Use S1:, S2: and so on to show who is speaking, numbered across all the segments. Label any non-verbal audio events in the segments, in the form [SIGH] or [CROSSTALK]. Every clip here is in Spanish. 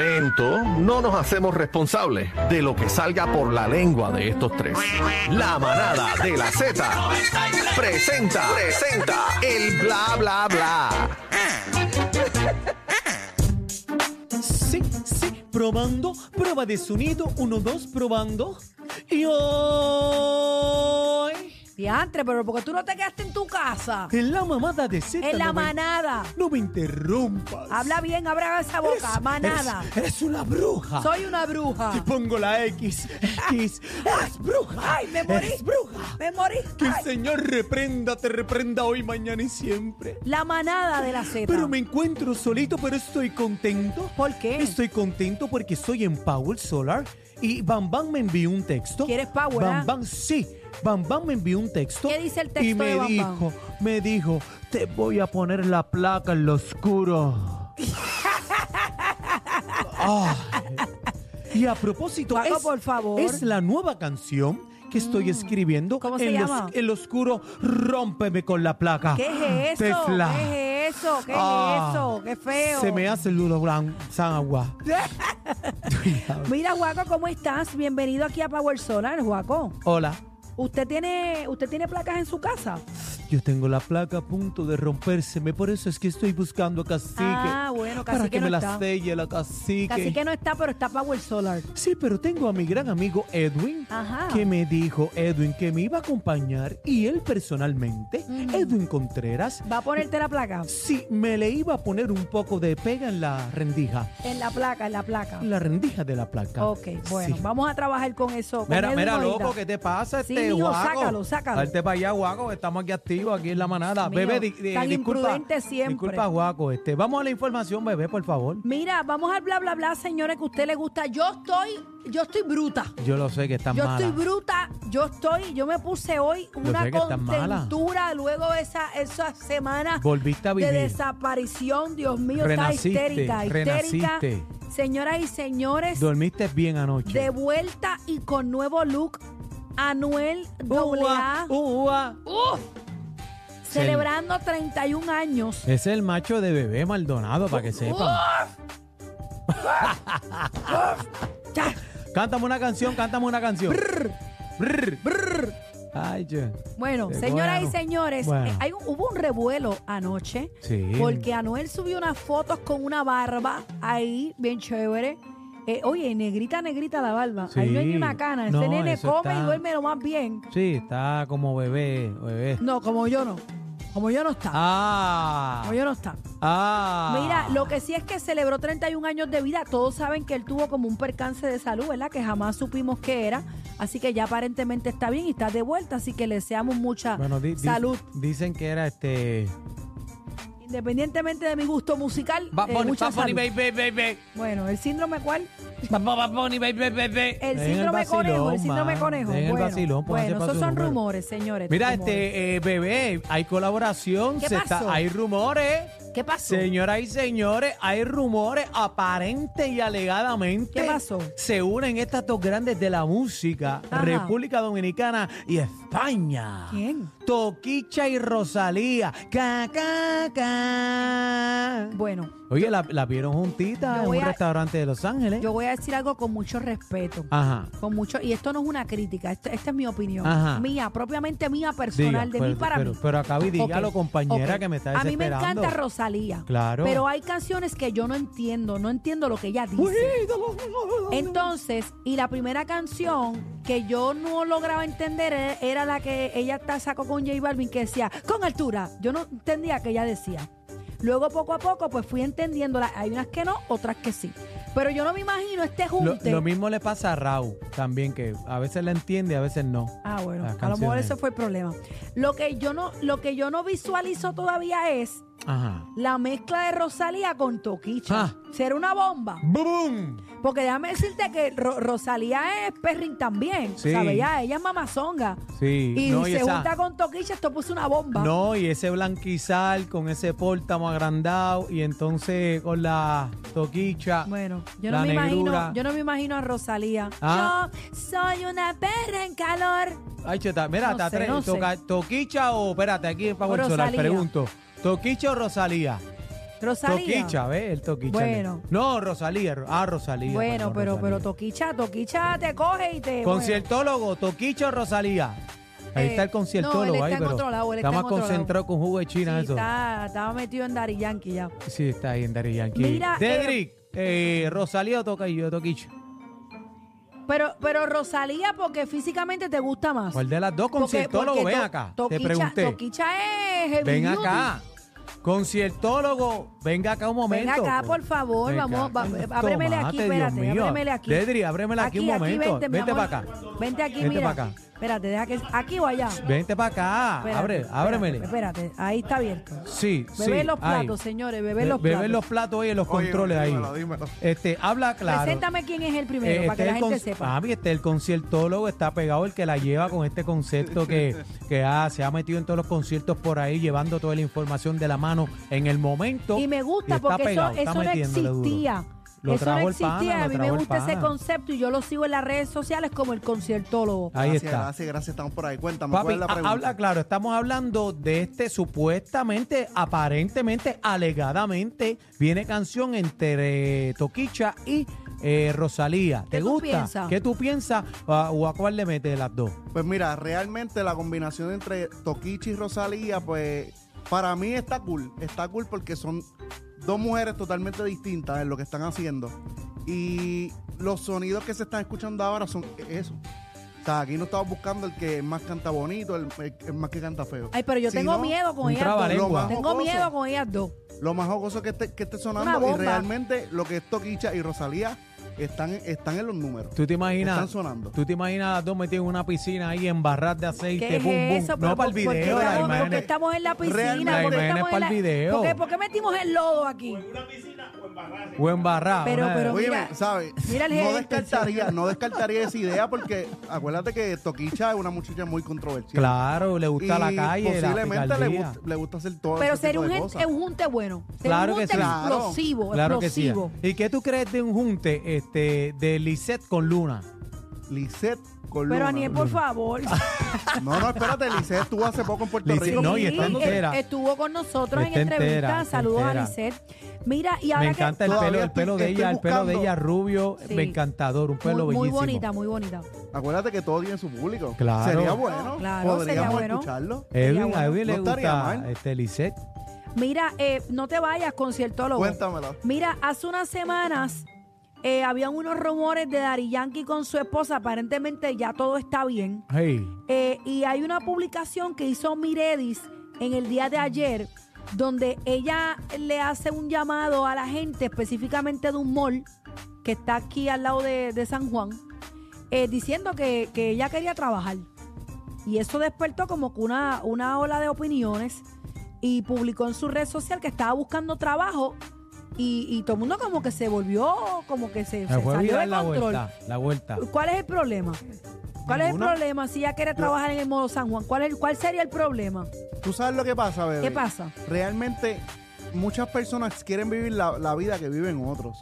S1: momento no nos hacemos responsables de lo que salga por la lengua de estos tres. La manada de la Z presenta, presenta el bla bla bla.
S2: Sí, sí, probando, prueba de sonido, uno, dos, probando. Y hoy,
S3: Diantre, pero porque tú no te quedaste en tu casa?
S2: en la mamada de Z.
S3: En la
S2: no me-
S3: manada.
S2: No me interrumpas.
S3: Habla bien, abra esa
S2: Eres-
S3: boca, manada.
S2: Eres, eres una bruja.
S3: Soy una bruja.
S2: Te pongo la X, X. Eres bruja.
S3: Ay, me morí.
S2: Eres bruja.
S3: Me morí.
S2: Que el
S3: Ay,
S2: Señor reprenda, te reprenda hoy, mañana y siempre.
S3: La manada de la Z.
S2: Pero me encuentro solito, pero estoy contento.
S3: ¿Por qué?
S2: Estoy contento porque soy en Power Solar y Bam Bam me envió un texto.
S3: ¿Quieres Power, ah?
S2: Bam Bam, sí. Bam Bam me envió un texto.
S3: ¿Qué dice el
S2: Y
S3: texto
S2: me
S3: de Bam Bam?
S2: dijo, me dijo, te voy a poner la placa en lo
S3: [LAUGHS]
S2: oscuro. Ah. Y a propósito,
S3: Paco,
S2: es,
S3: por favor. Mm.
S2: es la nueva canción que estoy escribiendo.
S3: ¿Cómo se
S2: en lo os-
S3: llama?
S2: el oscuro, rómpeme con la placa.
S3: ¿Qué es eso?
S2: Tefla.
S3: ¿Qué es eso? ¿Qué
S2: Ah,
S3: es eso? ¡Qué feo!
S2: Se me hace el duro gran san
S3: [LAUGHS]
S2: agua.
S3: Mira, Juaco, ¿cómo estás? Bienvenido aquí a Power Solar, Juaco.
S2: Hola,
S3: ¿Usted tiene, ¿Usted tiene placas en su casa?
S2: yo tengo la placa a punto de rompérseme, por eso es que estoy buscando a Cacique.
S3: Ah, bueno,
S2: para
S3: Cacique
S2: que
S3: no
S2: me la
S3: está.
S2: selle la Cacique.
S3: Casi que no está, pero está Power Solar.
S2: Sí, pero tengo a mi gran amigo Edwin,
S3: Ajá.
S2: que me dijo Edwin que me iba a acompañar y él personalmente,
S3: Mm.
S2: Edwin Contreras,
S3: ¿Va a ponerte la placa?
S2: sí me le iba a poner un poco de pega en la rendija,
S3: En la placa, en la placa.
S2: la rendija de la placa.
S3: Ok, bueno,
S2: Sí.
S3: vamos a trabajar con eso. con
S2: Mira,
S3: Edwin
S2: mira,
S3: ahorita.
S2: loco, ¿qué te pasa
S3: Sí,
S2: este
S3: mijo,
S2: guaco?
S3: sácalo, sácalo.
S2: Darte para allá, guaco, estamos aquí activos, aquí en la manada.
S3: Dios mío,
S2: bebé, di- di-
S3: tan
S2: disculpa.
S3: imprudente siempre.
S2: Disculpa, guaco, este. Vamos a la información, bebé, por favor.
S3: Mira, vamos al bla bla bla, señores, que a usted le gusta. Yo estoy, yo estoy bruta.
S2: Yo lo sé que estás
S3: Yo
S2: mala.
S3: estoy bruta, yo estoy, yo me puse hoy una
S2: sé que estás mala.
S3: contentura luego de esa, esas semanas
S2: Volviste a vivir.
S3: de desaparición, Dios mío, está
S2: Renaciste,
S3: histérica, histérica.
S2: renaciste.
S3: Señoras y señores,
S2: Dormiste bien anoche.
S3: de vuelta y con nuevo look, Anuel
S2: Ua,
S3: AA,
S2: ua.
S3: celebrando 31 años.
S2: Es el macho de bebé Maldonado, para que sepan. [LAUGHS]
S3: Ya.
S2: Cántame una canción, cántame una canción. Brr. Ay, yo.
S3: Bueno,
S2: Eh,
S3: señoras
S2: bueno.
S3: y señores,
S2: Bueno.
S3: eh, hay un- hubo un revuelo anoche
S2: Sí.
S3: porque Anuel subió unas fotos con una barba ahí, bien chévere. Eh, oye, negrita, negrita la barba. Ahí no hay ni
S2: Sí.
S3: una cana. Ese
S2: No,
S3: nene
S2: eso
S3: come y
S2: está-
S3: duerme lo más bien.
S2: Sí, está como bebé, bebé.
S3: No, como yo no. Como yo no está.
S2: Ah.
S3: Como yo no está.
S2: Ah.
S3: Mira, lo que sí es que celebró 31 años de vida. Todos saben que él tuvo como un percance de salud, ¿verdad? Que jamás supimos qué era. Así que ya aparentemente está bien y está de vuelta. Así que le deseamos mucha
S2: Bueno, di- di-
S3: salud.
S2: Dicen que era este.
S3: Independientemente de mi gusto musical,
S2: Bad
S3: eh,
S2: Bunny,
S3: mucha
S2: Bad Bunny,
S3: salud.
S2: baby, baby.
S3: Bueno, el síndrome cuál?
S2: Bad Bu- Bad Bunny, baby, baby.
S3: El
S2: Den
S3: síndrome
S2: vacilón,
S3: conejo, el síndrome
S2: man.
S3: conejo.
S2: Den el
S3: bueno,
S2: vacilón, pónganse
S3: bueno,
S2: pa'
S3: esos
S2: su
S3: son
S2: número.
S3: rumores, señores.
S2: Mira,
S3: rumores.
S2: este, eh, bebé, hay colaboración.
S3: ¿Qué
S2: se
S3: pasó?
S2: hay rumores.
S3: ¿Qué pasó?
S2: Señoras y señores, hay rumores aparentes y alegadamente.
S3: ¿Qué pasó?
S2: Se unen estas dos grandes de la música,
S3: Ajá.
S2: República Dominicana y España.
S3: ¿Quién?
S2: Toquicha y Rosalía. Ca, ca, ca.
S3: Bueno,
S2: Oye, la, la vieron juntitas
S3: Yo
S2: en
S3: voy
S2: un
S3: a-
S2: restaurante de Los Ángeles.
S3: yo voy a decir algo con mucho respeto.
S2: Ajá.
S3: Con mucho, y esto no es una crítica, esto- esta es mi opinión.
S2: Ajá.
S3: Mía, propiamente mía,
S2: Diga,
S3: personal, de mí
S2: pero,
S3: para
S2: pero,
S3: mí.
S2: pero acaba y dígalo,
S3: Ok,
S2: compañera,
S3: ok.
S2: que me está
S3: A mí me
S2: desesperando.
S3: encanta Rosalía.
S2: Claro.
S3: Pero hay canciones que yo no entiendo, no entiendo lo que ella dice. Entonces, y la primera canción que yo no lograba entender e- era la que ella ta- sacó con J Balvin que decía, con altura. Yo no entendía que ella decía. Luego poco a poco pues fui entendiéndola. Hay unas que no, otras que sí. Pero yo no me imagino este
S2: Lo,
S3: junte.
S2: lo mismo le pasa a Raúl también, que a veces la entiende, a veces no.
S3: Ah, bueno,
S2: Las
S3: a lo mejor
S2: canciones.
S3: ese fue el problema. Lo que yo no, lo que yo no visualizo todavía es
S2: Ajá.
S3: la mezcla de Rosalía con Toquicha.
S2: Ah.
S3: Será una bomba.
S2: ¡Bum!
S3: Porque déjame decirte que Ro- Rosalía es perrin también.
S2: Sí.
S3: ¿Sabes? Ya, ella es mamazonga.
S2: Sí.
S3: Y
S2: no,
S3: se
S2: esa-
S3: junta con Toquicha, esto puso una bomba.
S2: No, y ese blanquizal con ese pórtamo agrandado y entonces con la toquicha.
S3: Bueno, yo
S2: La
S3: no, me imagino,
S2: negrura.
S3: yo no me imagino a Rosalía.
S2: Ah.
S3: Yo soy una perra en calor.
S2: Ay, cheta, mira,
S3: No
S2: está
S3: sé,
S2: tres.
S3: no sé.
S2: toca- ¿Toquicha o, espérate, aquí en Power
S3: O
S2: Solar,
S3: Rosalía.
S2: pregunto. ¿Toquicha o Rosalía?
S3: Rosalía.
S2: Toquicha, ¿ves? El Toquicha.
S3: Bueno.
S2: No, Rosalía. Ah, Rosalía. perdón,
S3: Bueno, pero, pero
S2: Rosalía.
S3: Toquicha, Toquicha te coge y te. bueno.
S2: Conciertólogo, Toquicha o Rosalía. Ahí
S3: Eh,
S2: está el conciertólogo.
S3: no, él está
S2: ahí,
S3: en
S2: pero
S3: otro lado, él
S2: está
S3: está en
S2: más
S3: otro
S2: concentrado con jugo de China
S3: Sí,
S2: eso.
S3: está- estaba metido en Dari Yankee ya.
S2: Sí, está ahí en Dari Yankee.
S3: Mira,
S2: Dedrick, eh, Rosalía o Toquilla, o Toquicha.
S3: Pero, pero Rosalía, porque físicamente te gusta más.
S2: ¿Cuál de las dos conciertólogo? Ven
S3: to-
S2: acá.
S3: Toquicha-
S2: te pregunté.
S3: Toquicha es heavy
S2: Ven
S3: duty.
S2: acá. Conciertólogo, venga acá un
S3: Ven
S2: momento.
S3: acá, por favor,
S2: Ven
S3: vamos,
S2: acá.
S3: va- eh,
S2: Tomate,
S3: ábremele aquí,
S2: Dios
S3: espérate,
S2: mío.
S3: ábremele aquí.
S2: Dedri, ábremela aquí, un momento.
S3: vente, mi
S2: Vente
S3: amor.
S2: para acá.
S3: Vente aquí,
S2: Vente
S3: mira.
S2: para acá.
S3: Espérate, deja que aquí o allá.
S2: Vente para acá.
S3: Espérate,
S2: Abre,
S3: espérate,
S2: ábremele.
S3: Espérate, ahí está abierto.
S2: Sí, sí.
S3: Bebé los
S2: ahí.
S3: platos, señores, bebé
S2: Be-
S3: los platos.
S2: Beber los platos ahí en los controles ahí. Este, habla claro.
S3: Preséntame quién es el
S2: Eh,
S3: primero, para
S2: este
S3: que la
S2: es el con-
S3: gente sepa.
S2: Papi, este el conciertólogo está pegado el que la lleva con este concepto
S4: [LAUGHS]
S2: que, que ha- se ha metido en todos los conciertos por ahí, llevando toda la información de la mano en el momento.
S3: Y me gusta
S2: está
S3: porque
S2: pegado,
S3: eso,
S2: está
S3: eso no
S2: metiéndole duro.
S3: existía.
S2: Lo
S3: eso
S2: trajo
S3: no
S2: el pana,
S3: existía.
S2: lo
S3: a mí me
S2: trajo el
S3: gusta ese
S2: pana.
S3: concepto y yo lo sigo en las redes sociales como el conciertólogo.
S2: Ahí
S4: gracias,
S2: está.
S4: Gracias, gracias, estamos por ahí. Cuéntame,
S2: Papi,
S4: ¿cuál es la
S2: ha-
S4: pregunta?
S2: habla claro, estamos hablando de este supuestamente, aparentemente, alegadamente, viene canción entre Toquicha y eh, Rosalía. ¿Te
S3: ¿Qué tú
S2: gusta?
S3: piensas?
S2: ¿Qué tú piensas ah, o a cuál le metes de las dos?
S4: Pues mira, realmente la combinación entre Toquichi y Rosalía, pues para mí está cool. Está cool porque son dos mujeres totalmente distintas en lo que están haciendo. Y los sonidos que se están escuchando ahora son eso. O sea, aquí no estamos buscando el que más canta bonito, el, el- el más que canta feo.
S3: Ay, pero yo
S4: Si
S3: tengo
S4: no,
S3: miedo con
S2: un
S3: ellas
S2: trabalengua.
S3: dos. Tengo
S4: Jocoso.
S3: miedo con ellas dos.
S4: Lo más jocoso que esté, que esté
S3: Una
S4: sonando y
S3: bomba.
S4: realmente lo que es Toquicha y Rosalía están, están en los números.
S2: ¿Tú te
S4: Están
S2: imaginas?
S4: sonando.
S2: ¿Tú te imaginas las dos metidas en una piscina ahí en barras de aceite?
S3: ¿Qué es
S2: pum, pum?
S3: eso?
S2: No
S3: Pero
S2: para el
S3: ¿por- por qué
S2: video, las
S3: estamos- ¿Por qué
S2: imágenes.
S3: estamos en la
S4: Realmente.
S3: piscina?
S2: Las
S3: ¿Por qué
S2: imágenes
S3: estamos en
S2: para
S3: la...
S2: el video.
S3: ¿Por qué, por qué metimos el lodo aquí?
S2: O en barra.
S3: Pero-
S2: una de-
S3: pero-
S4: Oye,
S3: mira,
S4: ¿sabes?
S3: mira el
S4: no
S3: gerente,
S4: descartaría, no descartaría esa idea porque acuérdate que Toquicha es una muchacha muy controversial.
S2: Claro, le gusta la
S4: Y
S2: calle, la
S4: Posiblemente le
S2: picardía.
S4: gusta, le gusta hacer todo.
S3: Pero
S4: ese
S3: sería
S4: tipo
S3: un,
S4: de
S3: gen-
S4: cosas.
S3: un junte bueno. Sería
S2: Claro
S3: un
S2: que
S3: junte
S2: sí.
S4: Claro.
S3: explosivo,
S2: Claro que sí.
S3: explosivo.
S2: ¿Y qué tú crees de un junte este, de Lisette con Luna?
S4: Lisette con
S3: Pero
S4: Luna.
S3: Aniel,
S2: [LAUGHS]
S3: por favor.
S4: No, no, espérate, Lisette estuvo hace poco en Puerto
S2: Lisette,
S4: Rico.
S2: no, y está
S3: Sí,
S2: entera.
S3: eh, Estuvo con nosotros
S2: Está
S3: en entrevista.
S2: entera, está
S3: Saludos a
S2: entera.
S3: Lisette. Mira, y ahora
S2: Me
S3: que-
S2: encanta el
S4: Todavía
S2: pelo, el
S4: estoy-
S2: pelo de
S4: estoy
S2: ella, el pelo de
S4: buscando.
S2: ella rubio,
S3: Sí.
S2: me encantador, un pelo
S3: muy, muy
S2: bellísimo.
S3: bonita, muy bonita.
S4: Acuérdate que todo tiene su público.
S2: Claro.
S4: Sería bueno.
S3: Claro,
S4: Podríamos
S3: sería bueno.
S4: escucharlo.
S3: Sería
S2: Edwin,
S3: bueno.
S2: a Edwin le
S4: No estaría
S2: gusta
S4: mal.
S2: este Lisette.
S3: Mira, eh, no te vayas, conciertólogo.
S4: Cuéntamelo.
S3: Mira, hace unas semanas eh, habían unos rumores de Dari Yankee con su esposa. Aparentemente ya todo está bien.
S2: Hey.
S3: Eh, y hay una publicación que hizo Miredis en el día de ayer, donde ella le hace un llamado a la gente, específicamente de un mall que está aquí al lado de, de San Juan, eh, diciendo que, que ella quería trabajar. Y eso despertó como que una, una ola de opiniones y publicó en su red social que estaba buscando trabajo y, y todo el mundo como que se volvió, como que se,
S2: Me
S3: se
S2: fue
S3: salió de
S2: viral la
S3: control.
S2: vuelta, la vuelta.
S3: ¿Cuál es el problema? ¿Cuál es el
S2: Ninguno.
S3: problema si ella quiere trabajar en el modo San Juan? ¿Cuál, es, el- cuál sería el problema?
S4: Tú sabes lo que pasa, bebé.
S3: ¿Qué pasa?
S4: realmente muchas personas quieren vivir la, la vida que viven otros.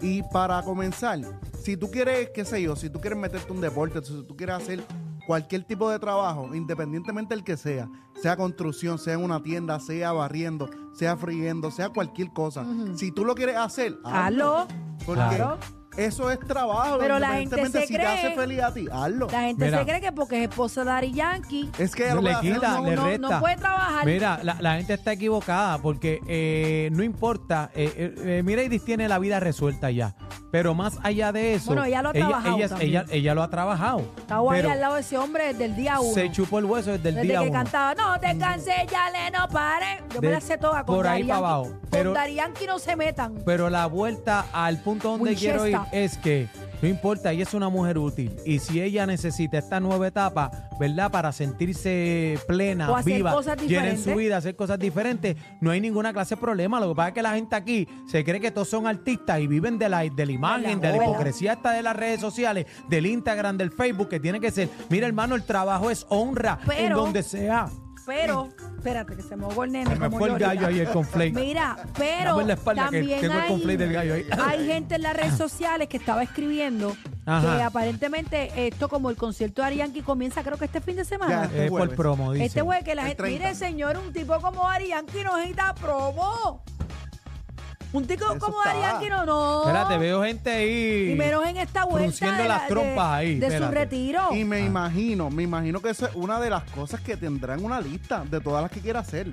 S4: Y para comenzar, si tú quieres, qué sé yo, si tú quieres meterte un deporte, si tú quieres hacer cualquier tipo de trabajo, independientemente del que sea, sea construcción, sea en una tienda, sea barriendo, sea friendo, sea cualquier cosa,
S3: Ujú.
S4: si tú lo quieres hacer,
S2: Ah,
S4: hazlo.
S3: Hazlo.
S4: Porque
S2: Claro.
S4: eso es trabajo.
S3: Pero la gente
S4: independientemente
S3: se
S4: si te
S3: cree-
S4: hace feliz a ti, hazlo.
S3: La gente
S2: Mira.
S3: se cree que porque es esposa de Ari Yankee,
S4: Es que
S2: No,
S4: lo
S2: le
S4: puede hacer,
S2: quita,
S4: no,
S2: le
S4: no,
S2: re-
S3: no
S2: Resta.
S3: puede trabajar.
S2: Mira, la, la gente está equivocada porque eh, no importa. Eh, eh, eh, Mireidis tiene la vida resuelta ya. Pero más allá de eso,
S3: Bueno, ella lo ha trabajado
S2: ella,
S3: también.
S2: ella, ella lo ha trabajado.
S3: Estaba ahí
S2: pero
S3: al lado de ese hombre desde el día uno.
S2: se chupó el hueso desde el
S3: desde
S2: día
S3: que
S2: uno. Mm.
S3: cantaba, no te canses, ya le no pare. Yo me
S2: De-
S3: la sé toda con
S2: por ahí
S3: Daddy
S2: para
S3: Yankee.
S2: abajo.
S3: Con
S2: Pero-
S3: Daddy Yankee no se metan.
S2: Pero la vuelta al punto donde
S3: Winchester.
S2: quiero ir es que no importa, ella es una mujer útil. Y si ella necesita esta nueva etapa, ¿verdad? Para sentirse plena,
S3: O hacer
S2: viva,
S3: cosas
S2: llena en su
S3: diferentes.
S2: vida, hacer cosas diferentes, no hay ninguna clase de problema. Lo que pasa es que la gente aquí se cree que todos son artistas y viven de la, de la imagen, de
S3: ¿Verdad?
S2: la
S3: ¿Verdad?
S2: hipocresía hasta de las redes sociales, del Instagram, del Facebook, que tiene que ser. Mira, hermano, el trabajo es honra en
S3: Pero-
S2: donde sea.
S3: Pero, espérate, que se me ahogó el nene.
S2: Se me
S3: como
S2: fue el
S3: Lolita.
S2: gallo ahí,
S3: [LAUGHS]
S2: el conflicto.
S3: Mira, pero
S2: Dame en la espalda que
S3: también
S2: tengo el
S3: hay,
S2: conflate del gallo ahí.
S3: [LAUGHS] hay gente en las redes sociales que estaba escribiendo
S2: Ajá.
S3: que aparentemente esto como el concierto de Ari Yankee comienza creo que este fin de semana.
S4: Este
S2: Eh, por
S4: jueves.
S2: promo, dice.
S3: este güey que la
S4: el
S3: gente,
S4: 30.
S3: mire señor, un tipo como Ari Yankee no necesita promo. Un tico
S4: Eso
S3: como
S4: está.
S3: Dari Yankee no, no.
S2: Espérate, veo gente ahí.
S3: Y menos en esta vuelta
S2: frunciendo
S3: de,
S2: las
S3: la-
S2: trompas
S3: de-
S2: ahí,
S3: de su
S2: espérate.
S3: retiro.
S4: Y
S2: Ah.
S4: me imagino, me imagino que eso es una de las cosas que tendrán una lista de todas las que quiera hacer.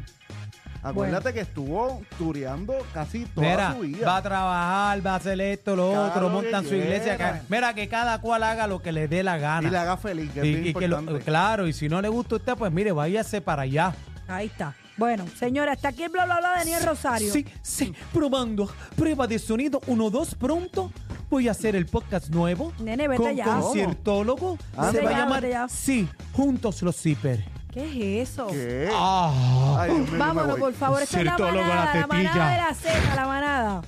S4: Acuérdate que estuvo tureando casi toda
S2: Mira,
S4: su vida.
S2: va a trabajar, va a hacer esto, lo
S4: Cada
S2: otro,
S4: lo
S2: montan
S4: que
S2: su iglesia.
S4: quiera.
S2: que- mira, que cada cual haga lo que le dé la gana.
S4: y le haga feliz, que es
S2: Y-
S4: bien
S2: y que lo-
S4: importante.
S2: claro, y si no le gusta a usted, pues mire, váyase para allá.
S3: Ahí está. Bueno, señora, hasta aquí el bla bla bla de Daniel Rosario.
S2: Sí, sí, probando. Prueba de sonido 1-2 pronto. Voy a hacer el podcast nuevo.
S3: Nene, vete
S2: con
S3: ya.
S2: conciertólogo. Se va
S4: Anda. Vete
S2: a
S4: ya,
S2: llamar
S3: vete ya.
S2: Sí, juntos los zipper.
S3: ¿Qué es eso?
S4: ¿Qué?
S2: Ah.
S4: Ay, Dios mío, yo me
S3: Vámonos,
S4: voy.
S3: por favor. Esta es la
S2: Conciertólogo, la
S3: manada, la manada
S2: tetilla.
S3: de la Z, la manada.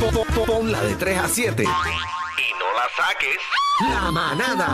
S1: Pon- pon- pon la de 3 a 7. Y no la saques. La manada.